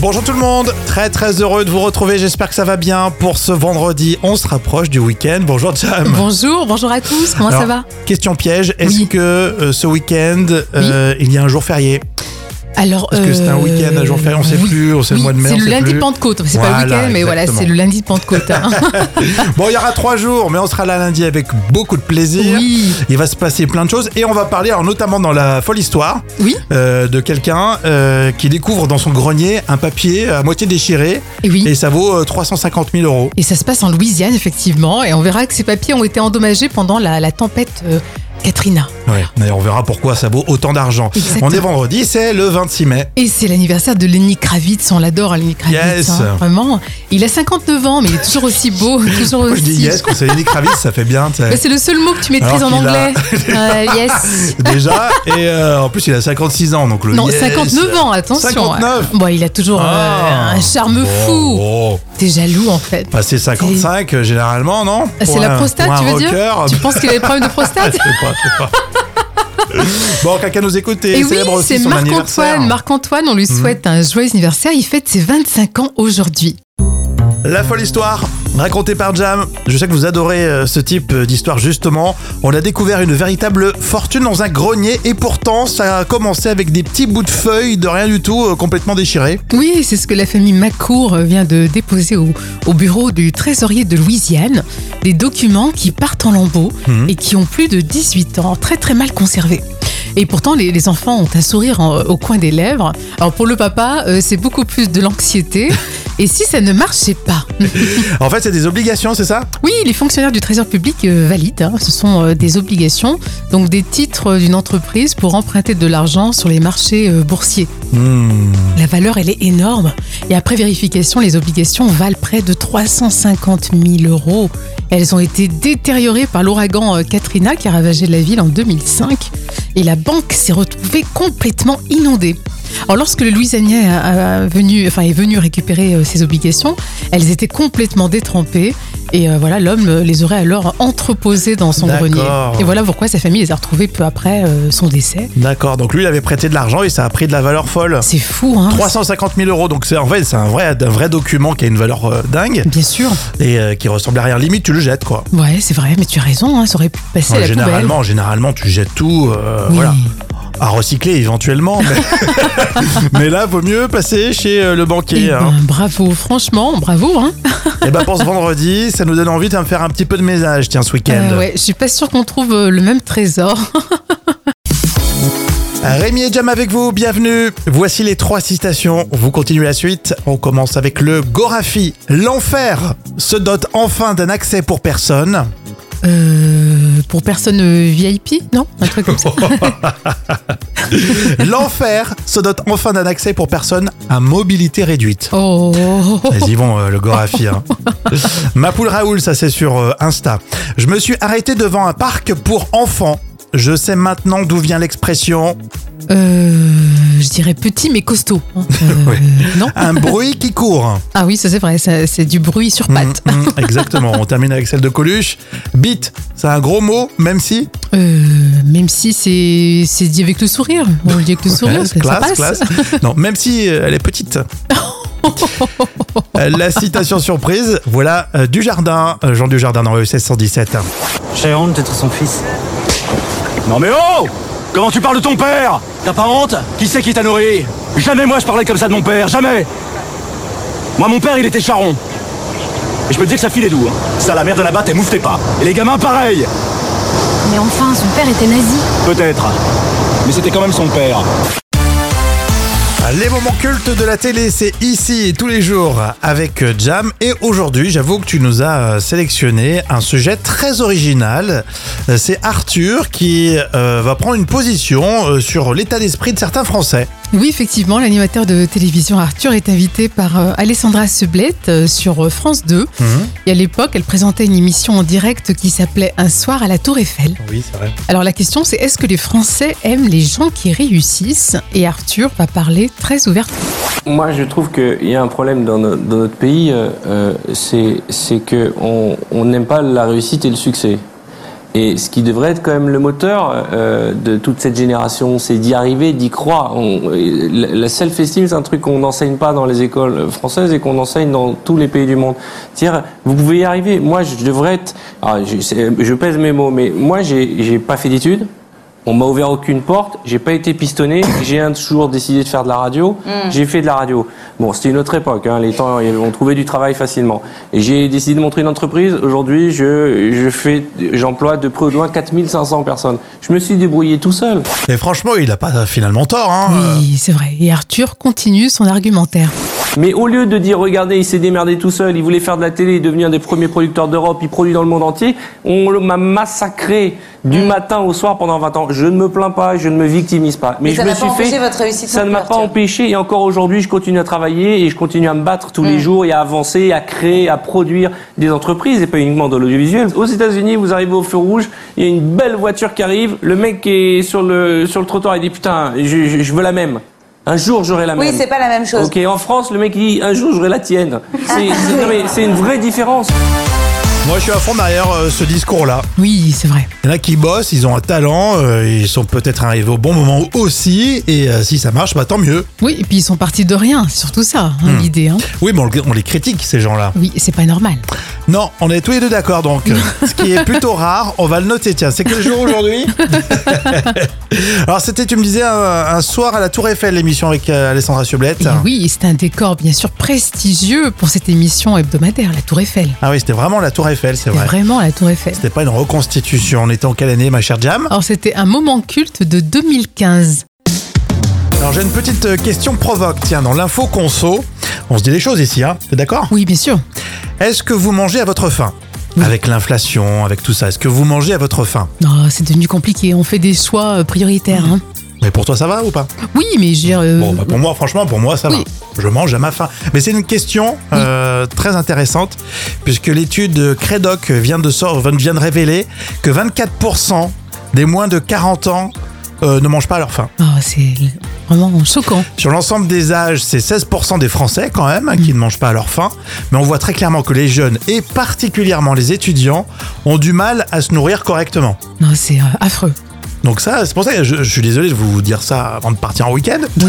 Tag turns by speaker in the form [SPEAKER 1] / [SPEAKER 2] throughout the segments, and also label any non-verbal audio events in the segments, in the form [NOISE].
[SPEAKER 1] Bonjour tout le monde, très très heureux de vous retrouver, j'espère que ça va bien pour ce vendredi, on se rapproche du week-end, bonjour Jam
[SPEAKER 2] Bonjour, bonjour à tous, comment ça
[SPEAKER 1] Alors,
[SPEAKER 2] va
[SPEAKER 1] Question piège, est-ce
[SPEAKER 2] Oui.
[SPEAKER 1] que euh, ce week-end euh, il y a un jour férié
[SPEAKER 2] Alors,
[SPEAKER 1] Est-ce que c'est un
[SPEAKER 2] euh,
[SPEAKER 1] week-end, un jour férié, on sait
[SPEAKER 2] oui,
[SPEAKER 1] plus, on sait
[SPEAKER 2] oui,
[SPEAKER 1] le mois de mai,
[SPEAKER 2] C'est
[SPEAKER 1] on
[SPEAKER 2] le
[SPEAKER 1] sait
[SPEAKER 2] lundi
[SPEAKER 1] plus.
[SPEAKER 2] de Pentecôte, c'est pas le
[SPEAKER 1] Voilà,
[SPEAKER 2] week-end, mais voilà,
[SPEAKER 1] exactement.
[SPEAKER 2] c'est le lundi de
[SPEAKER 1] [LAUGHS]
[SPEAKER 2] Pentecôte. hein.
[SPEAKER 1] Bon, il y aura trois jours, mais on sera là lundi avec beaucoup de plaisir.
[SPEAKER 2] oui,
[SPEAKER 1] Il va se passer plein de choses et on va parler, alors, notamment dans la folle histoire,
[SPEAKER 2] oui,
[SPEAKER 1] euh, de quelqu'un euh, qui découvre dans son grenier un papier à moitié déchiré
[SPEAKER 2] et oui.
[SPEAKER 1] et ça vaut euh, 350 000 euros.
[SPEAKER 2] Et ça se passe en Louisiane, effectivement, et on verra que ces papiers ont été endommagés pendant la, la tempête euh, Katrina.
[SPEAKER 1] Ouais, mais on verra pourquoi ça vaut autant d'argent.
[SPEAKER 2] Exactement.
[SPEAKER 1] On est vendredi, c'est le 26 mai.
[SPEAKER 2] Et c'est l'anniversaire de Lenny Kravitz, on l'adore, hein, Lenny Kravitz,
[SPEAKER 1] Yes.
[SPEAKER 2] hein, vraiment. Il a 59 ans, mais il est toujours aussi beau, [LAUGHS] toujours
[SPEAKER 1] Je dis
[SPEAKER 2] aussi.
[SPEAKER 1] yes, quand c'est Lenny Kravitz, ça fait bien. tu sais.
[SPEAKER 2] Mais c'est le seul mot que tu maîtrises
[SPEAKER 1] Alors
[SPEAKER 2] en
[SPEAKER 1] qu'il a- [LAUGHS]
[SPEAKER 2] anglais. Euh, yes.
[SPEAKER 1] Déjà, et euh, en plus il a 56 ans, donc le
[SPEAKER 2] Non,
[SPEAKER 1] yes.
[SPEAKER 2] 59 ans, attention.
[SPEAKER 1] 59.
[SPEAKER 2] Bon, il a toujours euh,
[SPEAKER 1] Ah.
[SPEAKER 2] un charme
[SPEAKER 1] Bon,
[SPEAKER 2] fou.
[SPEAKER 1] bon.
[SPEAKER 2] T'es jaloux en fait.
[SPEAKER 1] Passer 55, euh, généralement, non
[SPEAKER 2] Ah, C'est
[SPEAKER 1] Pour
[SPEAKER 2] la
[SPEAKER 1] un-
[SPEAKER 2] prostate,
[SPEAKER 1] pour un
[SPEAKER 2] tu veux dire
[SPEAKER 1] rocker,
[SPEAKER 2] Tu penses qu'il a des problèmes de prostate
[SPEAKER 1] [LAUGHS] Je sais pas, je sais pas. bon, quelqu'un nous écoute [LAUGHS] et,
[SPEAKER 2] Et Eh oui,
[SPEAKER 1] célèbre aussi
[SPEAKER 2] c'est
[SPEAKER 1] son anniversaire. Mhm.
[SPEAKER 2] Marc-Antoine. Marc-Antoine, on lui souhaite un joyeux anniversaire. Il fête ses 25 ans aujourd'hui.
[SPEAKER 1] La folle histoire racontée par Jam. Je sais que vous adorez euh, ce type euh, d'histoire justement. On a découvert une véritable fortune dans un grenier et pourtant ça a commencé avec des petits bouts de feuilles de rien du tout euh, complètement déchirés.
[SPEAKER 2] Oui, c'est ce que la famille McCour vient de déposer au, au bureau du trésorier de Louisiane. Des documents qui partent en lambeaux
[SPEAKER 1] Mhm.
[SPEAKER 2] et qui ont plus de 18 ans, très très mal conservés. Et pourtant, les, les enfants ont un sourire en- au coin des lèvres. Alors pour le papa, euh, c'est beaucoup plus de l'anxiété. Et si ça ne marchait pas
[SPEAKER 1] En fait, c'est des obligations, c'est ça
[SPEAKER 2] Oui, les fonctionnaires du Trésor public euh, valident. hein. Ce sont euh, des obligations, donc des titres euh, d'une entreprise pour emprunter de l'argent sur les marchés euh, boursiers.
[SPEAKER 1] Hmm.
[SPEAKER 2] La valeur, elle est énorme. Et après vérification, les obligations valent près de 350 000 euros. Elles ont été détériorées par l'ouragan euh, Katrina qui a ravagé la ville en 2005. Et la banque s'est retrouvée complètement inondée. Alors lorsque le Louisianais a- a venu, enfin, est venu récupérer euh, ses obligations, elles étaient complètement détrempées. Et euh, voilà, l'homme euh, les aurait alors entreposées dans son grenier.
[SPEAKER 1] D'accord.
[SPEAKER 2] Et voilà pourquoi sa famille les a retrouvées peu après euh, son décès.
[SPEAKER 1] D'accord, donc lui il avait prêté de l'argent et ça a pris de la valeur folle.
[SPEAKER 2] C'est fou, hein
[SPEAKER 1] 350 000 euros, donc c'est en fait c'est un vrai, un vrai document qui a une valeur euh, dingue
[SPEAKER 2] Bien sûr.
[SPEAKER 1] et euh, qui ressemble à rien. Limite, tu le jettes quoi.
[SPEAKER 2] Ouais, c'est vrai, mais tu as raison, hein, ça aurait pu passer à
[SPEAKER 1] Ouais,
[SPEAKER 2] la
[SPEAKER 1] généralement, généralement, tu jettes tout, euh,
[SPEAKER 2] poubelle. Oui.
[SPEAKER 1] voilà. à recycler éventuellement. Mais, [LAUGHS] mais là, vaut mieux passer chez euh, le
[SPEAKER 2] Eh
[SPEAKER 1] banquier.
[SPEAKER 2] ben,
[SPEAKER 1] hein.
[SPEAKER 2] bravo, franchement, bravo. Hein.
[SPEAKER 1] Et bah pour ce vendredi, ça nous donne envie de me faire un petit peu de ménage, tiens, ce week-end.
[SPEAKER 2] Euh, ouais, je suis pas sûre qu'on trouve euh, le même trésor. [LAUGHS]
[SPEAKER 1] Rémi et Jam avec vous, bienvenue. Voici les trois citations. Vous continuez la suite. On commence avec le Gorafi. L'enfer se dote enfin d'un accès pour personne.
[SPEAKER 2] Euh, pour personne euh, VIP, non Un truc comme ça.
[SPEAKER 1] [LAUGHS] L'enfer se dote enfin d'un accès pour personne à mobilité réduite.
[SPEAKER 2] Oh.
[SPEAKER 1] Vas-y, bon, euh, le
[SPEAKER 2] [LAUGHS]
[SPEAKER 1] Gorafi. Hein. Ma poule Raoul, ça c'est sur euh, Insta. Je me suis arrêté devant un parc pour enfants. Je sais maintenant d'où vient l'expression
[SPEAKER 2] Euh, je dirais petit mais costaud. hein. Euh,
[SPEAKER 1] [LAUGHS] Ouais.
[SPEAKER 2] Non
[SPEAKER 1] un bruit qui
[SPEAKER 2] [LAUGHS]
[SPEAKER 1] court.
[SPEAKER 2] Ah oui, ça c'est vrai, ça, c'est du bruit sur pattes.
[SPEAKER 1] Mm, mm, exactement. On termine avec celle de Coluche. Bite, c'est un gros mot, même si.
[SPEAKER 2] Euh, même si c'est, c'est dit avec le sourire. On le dit avec le sourire,
[SPEAKER 1] Ouais,
[SPEAKER 2] ça, ça passe.
[SPEAKER 1] Non, même si euh, elle est
[SPEAKER 2] [LAUGHS]
[SPEAKER 1] petite. Euh, La citation surprise, voilà euh, Dujardin, euh, Jean Dujardin dans le 1617.
[SPEAKER 3] J'ai honte d'être son fils.
[SPEAKER 4] Non mais oh Comment tu parles de ton père T'as pas honte Qui c'est qui t'a nourri Jamais moi je parlais comme ça de mon père, jamais Moi mon père il était charron. Et je peux te dire que ça filait doux. Hein. Ça la mère de la batte elle mouffetait pas. Et les gamins pareil
[SPEAKER 5] Mais enfin, son père était nazi.
[SPEAKER 4] Peut-être. Mais c'était quand même son père.
[SPEAKER 1] Les moments cultes de la télé, c'est ici et tous les jours avec euh, Jam. Et aujourd'hui, j'avoue que tu nous as euh, sélectionné un sujet très original. Euh, C'est Arthur qui euh, va prendre une position euh, sur l'état d'esprit de certains Français.
[SPEAKER 2] Oui, effectivement, l'animateur de télévision Arthur est invité par euh, Alessandra Sublette euh, sur euh, France 2.
[SPEAKER 1] Mhm.
[SPEAKER 2] Et à l'époque, elle présentait une émission en direct qui s'appelait Un soir à la Tour Eiffel.
[SPEAKER 1] Oui, c'est vrai.
[SPEAKER 2] Alors la question, c'est est-ce que les Français aiment les gens qui réussissent Et Arthur va parler très ouvertement.
[SPEAKER 6] Moi, je trouve qu'il y a un problème dans, no- dans notre pays, euh, euh, c'est c'est que on on n'aime pas la réussite et le succès. Et ce qui devrait être quand même le moteur euh, de toute cette génération, c'est d'y arriver, d'y croire. On- et la la self-esteem, c'est un truc qu'on n'enseigne pas dans les écoles françaises et qu'on enseigne dans tous les pays du monde. C'est-à-dire, vous pouvez y arriver. Moi, je devrais être... alors, je, c'est- je pèse mes mots, mais moi, j'ai j'ai pas fait d'études. On m'a ouvert aucune porte, j'ai pas été pistonné, [COUGHS] j'ai un jour décidé de faire de la radio, j'ai fait de la radio. Bon, c'était une autre époque, hein, les temps, on trouvait du travail facilement. Et j'ai décidé de monter une entreprise, aujourd'hui, je, je fais, j'emploie de près ou de loin 4500 personnes. Je me suis débrouillé tout seul.
[SPEAKER 1] Et franchement, il a pas finalement tort. Hein.
[SPEAKER 2] Oui, c'est vrai. Et Arthur continue son argumentaire.
[SPEAKER 6] Mais au lieu de dire, regardez, il s'est démerdé tout seul, il voulait faire de la télé, devenir des premiers producteurs d'Europe, il produit dans le monde entier, on le- m'a massacré du
[SPEAKER 7] Mm.
[SPEAKER 6] matin au soir pendant 20 ans. Je ne me plains pas, je ne me victimise pas. Mais,
[SPEAKER 7] Mais
[SPEAKER 6] je
[SPEAKER 7] ça
[SPEAKER 6] me
[SPEAKER 7] n'a pas
[SPEAKER 6] suis
[SPEAKER 7] empêché
[SPEAKER 6] fait,
[SPEAKER 7] votre réussite
[SPEAKER 6] ça
[SPEAKER 7] non
[SPEAKER 6] ne
[SPEAKER 7] plus,
[SPEAKER 6] m'a pas
[SPEAKER 7] Arthur.
[SPEAKER 6] empêché et encore aujourd'hui, je continue à travailler et je continue à me battre tous
[SPEAKER 7] Mm.
[SPEAKER 6] les jours et à avancer, à créer, à produire des entreprises et pas uniquement dans l'audiovisuel. Aux États-Unis, vous arrivez au feu rouge, il y a une belle voiture qui arrive, le mec qui est sur le, sur le trottoir, il dit putain, je, je- je veux la même. Un jour, j'aurai la
[SPEAKER 7] Oui,
[SPEAKER 6] même.
[SPEAKER 7] c'est pas la même chose. Ah,
[SPEAKER 6] Ok, en France, le mec il dit un jour j'aurai la tienne. C'est- c'est- non, mais C'est une vraie différence.
[SPEAKER 1] Moi, je suis à fond derrière euh, ce discours-là.
[SPEAKER 2] Oui, c'est vrai.
[SPEAKER 1] Il y en a qui bossent, ils ont un talent, euh, ils sont peut-être arrivés au bon moment aussi, et euh, si ça marche, bah tant mieux.
[SPEAKER 2] Oui, et puis ils sont partis de rien. C'est surtout ça,
[SPEAKER 1] Hmm.
[SPEAKER 2] hein, l'idée. hein.
[SPEAKER 1] Oui, mais on, le- on les critique, ces gens-là.
[SPEAKER 2] Oui, c'est pas normal.
[SPEAKER 1] Non, on est tous les deux d'accord, donc. Ce qui est [LAUGHS] plutôt rare, on va le noter, tiens, c'est quel jour [LAUGHS] aujourd'hui Alors, c'était, tu me disais, un, un soir à la Tour Eiffel, l'émission avec euh, Alessandra Sublette.
[SPEAKER 2] Et oui, c'est un décor bien sûr prestigieux pour cette émission hebdomadaire, la Tour Eiffel.
[SPEAKER 1] Ah oui, c'était vraiment la Tour Eiffel, c'est
[SPEAKER 2] C'est
[SPEAKER 1] vrai.
[SPEAKER 2] vraiment la Tour Eiffel.
[SPEAKER 1] C'était pas une reconstitution. On était en quelle année, ma chère Jam
[SPEAKER 2] Alors c'était un moment culte de 2015.
[SPEAKER 1] Alors, j'ai une petite euh, question provoque, tiens, dans l'info conso. On se dit des choses ici, hein T'es d'accord
[SPEAKER 2] Oui, bien sûr.
[SPEAKER 1] Est-ce que vous mangez à votre faim Avec l'inflation, avec tout ça, est-ce que vous mangez à votre faim
[SPEAKER 2] Non, c'est devenu compliqué. On fait des choix euh, prioritaires. hein.
[SPEAKER 1] Mais pour toi, ça va ou pas
[SPEAKER 2] Oui, mais je veux dire, euh,
[SPEAKER 1] Bon, bah, pour moi, franchement, pour moi, ça
[SPEAKER 2] oui.
[SPEAKER 1] va. Je mange à ma faim. Mais c'est une question euh, très intéressante, puisque l'étude Credoc vient de, sort, vient de révéler que 24% des moins de 40 ans euh, ne mangent pas à leur faim.
[SPEAKER 2] ah, c'est vraiment choquant.
[SPEAKER 1] Sur l'ensemble des âges, c'est 16% des Français quand même hein, qui ne mangent pas à leur faim. Mais on voit très clairement que les jeunes, et particulièrement les étudiants, ont du mal à se nourrir correctement.
[SPEAKER 2] Non, c'est euh, affreux.
[SPEAKER 1] Donc ça, c'est pour ça que je, je suis désolé de vous dire ça avant de partir en week-end. [LAUGHS]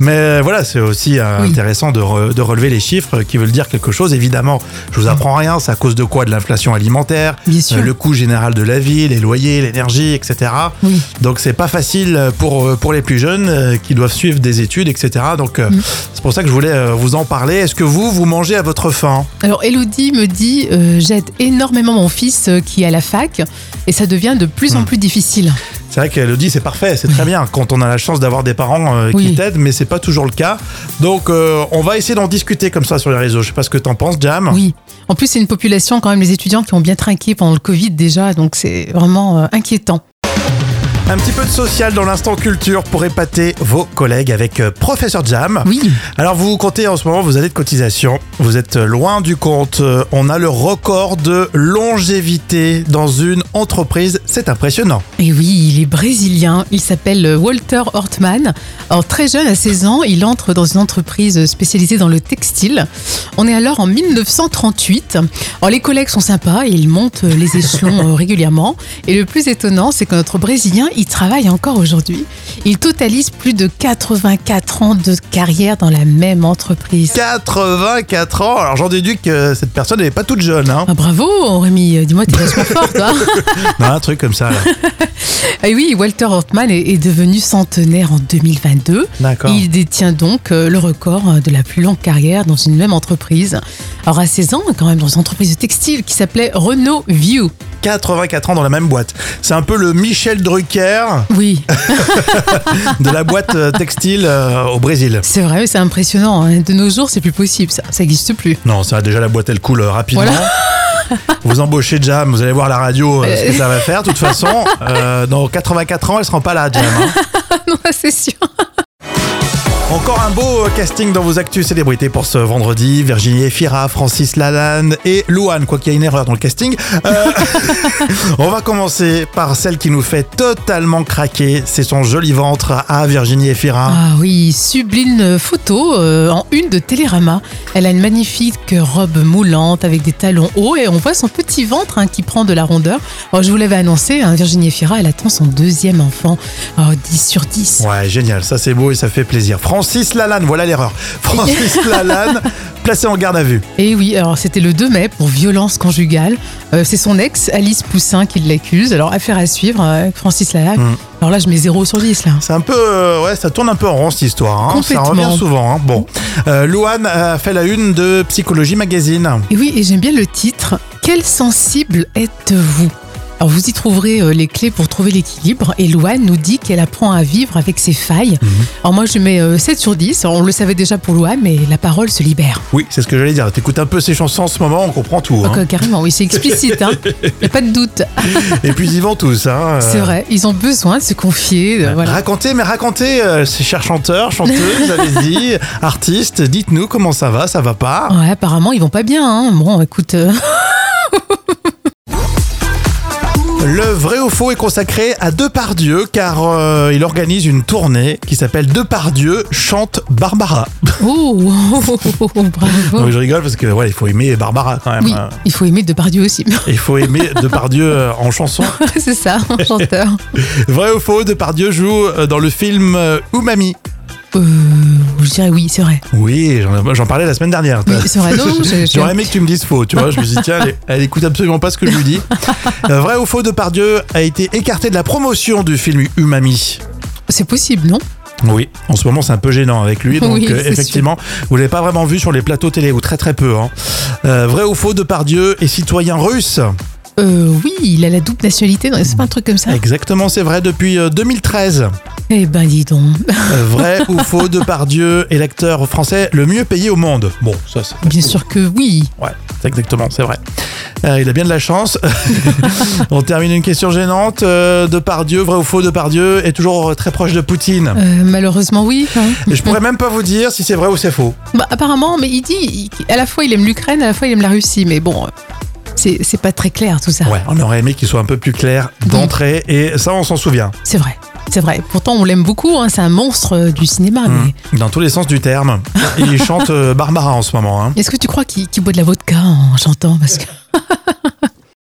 [SPEAKER 1] Mais voilà, c'est aussi euh,
[SPEAKER 2] Oui.
[SPEAKER 1] intéressant de, re- de relever les chiffres qui veulent dire quelque chose. Évidemment, je vous apprends rien. C'est à cause de quoi De l'inflation alimentaire, euh,
[SPEAKER 2] Bien sûr.
[SPEAKER 1] le coût général de la vie, les loyers, l'énergie, etc.
[SPEAKER 2] Oui.
[SPEAKER 1] Donc c'est pas facile pour euh, pour les plus jeunes euh, qui doivent suivre des études, etc. Donc
[SPEAKER 2] Mm.
[SPEAKER 1] euh, c'est pour ça que je voulais euh, vous en parler. Est-ce que vous vous mangez à votre faim
[SPEAKER 2] Alors Elodie me dit, euh, j'aide énormément mon fils euh, qui est à la fac et ça devient de
[SPEAKER 1] Hmm.
[SPEAKER 2] plus en plus difficile.
[SPEAKER 1] C'est vrai qu'Elodie, c'est parfait, c'est très bien quand on a la chance d'avoir des parents euh, qui
[SPEAKER 2] Oui.
[SPEAKER 1] t'aident, mais c'est pas toujours le cas. Donc, euh, on va essayer d'en discuter comme ça sur les réseaux. Je sais pas ce que t'en penses, Jam.
[SPEAKER 2] Oui. En plus, c'est une population quand même les étudiants qui ont bien trinqué pendant le Covid déjà, donc c'est vraiment euh, inquiétant.
[SPEAKER 1] Un petit peu de social dans l'instant culture pour épater vos collègues avec euh, Professeur Jam.
[SPEAKER 2] Oui.
[SPEAKER 1] Alors, vous comptez en ce moment, vous allez de cotisation, vous êtes loin du compte. Euh, On a le record de longévité dans une entreprise, c'est impressionnant.
[SPEAKER 2] Et Eh oui, il est brésilien, il s'appelle euh, Walter Hortman. Alors très jeune, à 16 ans, il entre dans une entreprise spécialisée dans le textile. On est alors en 1938. Alors les collègues sont sympas, ils montent les échelons euh, régulièrement. Et le plus étonnant, c'est que notre Brésilien, il travaille encore aujourd'hui. Il totalise plus de 84 ans de carrière dans la même entreprise.
[SPEAKER 1] 84 ans, alors j'en déduis que cette personne n'est pas toute jeune,
[SPEAKER 2] [LAUGHS]
[SPEAKER 1] hein.
[SPEAKER 2] Ah, bravo Rémi, Euh, dis-moi, t'es vachement hein. fort toi
[SPEAKER 1] Non, un truc comme ça. là.
[SPEAKER 2] Et Ah oui, Walter Hortman est, est devenu centenaire en 2022.
[SPEAKER 1] D'accord.
[SPEAKER 2] Il détient donc euh, le record euh, de la plus longue carrière dans une même entreprise. Alors à 16 ans, quand même, dans une entreprise de textile qui s'appelait Renault View.
[SPEAKER 1] 84 ans dans la même boîte. C'est un peu le Michel Drucker
[SPEAKER 2] Oui, [LAUGHS]
[SPEAKER 1] de la boîte euh, textile euh, au Brésil.
[SPEAKER 2] c'est vrai, c'est impressionnant. hein. De nos jours, c'est plus possible, ça ça n'existe plus.
[SPEAKER 1] Non, ça déjà la boîte elle coule euh, rapidement.
[SPEAKER 2] [LAUGHS]
[SPEAKER 1] Vous embauchez Jam, vous allez voir la radio euh, ce que ça va faire. De toute façon, euh, dans 84 ans, elle ne sera pas là, Jam. hein.
[SPEAKER 2] non, c'est sûr.
[SPEAKER 1] Encore un beau euh, casting dans vos actus célébrités pour ce vendredi. Virginie Efira, Francis Lalanne et Louane, quoi qu'il y ait une erreur dans le casting. Euh, [LAUGHS] on va commencer par celle qui nous fait totalement craquer. C'est son joli ventre à Virginie Efira.
[SPEAKER 2] Ah oui, sublime photo euh, en une de Télérama. Elle a une magnifique robe moulante avec des talons hauts et on voit son petit ventre hein, qui prend de la rondeur. Alors, je vous l'avais annoncé, hein, Virginie Efira, elle attend son deuxième enfant. Alors, 10 sur 10.
[SPEAKER 1] Ouais, génial, ça c'est beau et ça fait plaisir. Francis Lalanne, voilà
[SPEAKER 2] [LAUGHS]
[SPEAKER 1] l'erreur. Francis Lalanne, placé en garde à vue.
[SPEAKER 2] Et oui, alors c'était le 2 mai pour violence conjugale. Euh, c'est son ex, Alice Poussin, qui l'accuse. Alors, affaire à suivre, euh, Francis Lalanne. Alors là, je mets 0 sur 10 là.
[SPEAKER 1] C'est un peu. euh, ouais, ça tourne un peu en rond cette histoire. hein. Ça
[SPEAKER 2] Complètement.
[SPEAKER 1] revient souvent. hein. Bon. Euh, Louane a fait la une de Psychologie Magazine.
[SPEAKER 2] Et oui, et j'aime bien le titre. Quel sensible êtes-vous alors vous y trouverez euh, les clés pour trouver l'équilibre et Louane nous dit qu'elle apprend à vivre avec ses failles. Alors moi je mets euh, 7 sur 10, Alors, on le savait déjà pour Louane mais la parole se libère.
[SPEAKER 1] Oui, c'est ce que j'allais dire. T'écoutes un peu ces chansons en ce moment, on comprend tout. hein.
[SPEAKER 2] Donc, euh, carrément oui c'est explicite, hein. y a pas de doute. Ah,
[SPEAKER 1] Et puis ils y vont tous. Hein.
[SPEAKER 2] [LAUGHS] C'est vrai, ils ont besoin de se confier, de- voilà.
[SPEAKER 1] Racontez, mais racontez, euh, chers chanteurs,
[SPEAKER 2] [LAUGHS]
[SPEAKER 1] chanteuses, allez-y, artistes, dites-nous comment ça va, ça va pas.
[SPEAKER 2] Ouais, apparemment ils vont pas bien, hein. bon écoute... euh, [LAUGHS]
[SPEAKER 1] Le vrai ou faux est consacré à Depardieu car euh, il organise une tournée qui s'appelle Depardieu chante Barbara.
[SPEAKER 2] Oh, oh, oh, oh, oh, bravo.
[SPEAKER 1] Donc je rigole parce que ouais, il faut aimer Barbara quand même.
[SPEAKER 2] Oui,
[SPEAKER 1] hein.
[SPEAKER 2] il faut aimer Depardieu aussi, [LAUGHS]
[SPEAKER 1] Il faut aimer Depardieu euh, en chanson.
[SPEAKER 2] c'est ça, un chanteur.
[SPEAKER 1] Vrai ou faux, Depardieu joue euh, dans le film euh, Umami.
[SPEAKER 2] Euh, je dirais oui, c'est vrai.
[SPEAKER 1] Oui, j'en- j'en parlais la semaine dernière.
[SPEAKER 2] Oui, c'est vrai. Non, non, j'ai- j'ai-
[SPEAKER 1] [LAUGHS] J'aurais aimé que tu me dises faux, tu vois. Je me suis dit, tiens, elle, elle écoute absolument pas ce que je lui dis. Euh, Vrai ou faux, Depardieu a été écarté de la promotion du film Umami.
[SPEAKER 2] C'est possible, non
[SPEAKER 1] Oui, en ce moment c'est un peu gênant avec lui, donc
[SPEAKER 2] Oui,
[SPEAKER 1] euh,
[SPEAKER 2] c'est
[SPEAKER 1] effectivement, vous l'avez pas vraiment vu sur les plateaux télé, ou très très peu. Hein. Euh, vrai ou faux, Depardieu est citoyen russe
[SPEAKER 2] Euh, oui, il a la double nationalité, non, c'est pas un truc comme ça
[SPEAKER 1] Exactement, c'est vrai, depuis euh, 2013.
[SPEAKER 2] Eh ben dis donc, [LAUGHS]
[SPEAKER 1] Euh, vrai ou faux, Depardieu est l'acteur français le mieux payé au monde Bon, ça c'est...
[SPEAKER 2] bien sûr que oui.
[SPEAKER 1] Ouais, c'est exactement, c'est vrai. Euh, il a bien de la chance. [LAUGHS] On termine une question gênante. Euh, Depardieu, vrai ou faux, Depardieu est toujours euh, très proche de Poutine.
[SPEAKER 2] Euh, malheureusement oui. hein.
[SPEAKER 1] Et je pourrais même pas vous dire si c'est vrai ou c'est faux.
[SPEAKER 2] Bah, apparemment, mais il dit, il- à la fois il aime l'Ukraine, à la fois il aime la Russie, mais bon, c'est c'est pas très clair tout ça.
[SPEAKER 1] Ouais, on aurait aimé qu'il soit un peu plus clair d'entrée et ça on s'en souvient.
[SPEAKER 2] C'est vrai, c'est vrai. Pourtant on l'aime beaucoup, hein, c'est un monstre euh, du cinéma.
[SPEAKER 1] Mmh. Dans tous les sens du terme. Il chante euh, Barbara en ce moment. hein.
[SPEAKER 2] Mais est-ce que tu crois qu'il qu'il boit de la vodka en chantant Parce que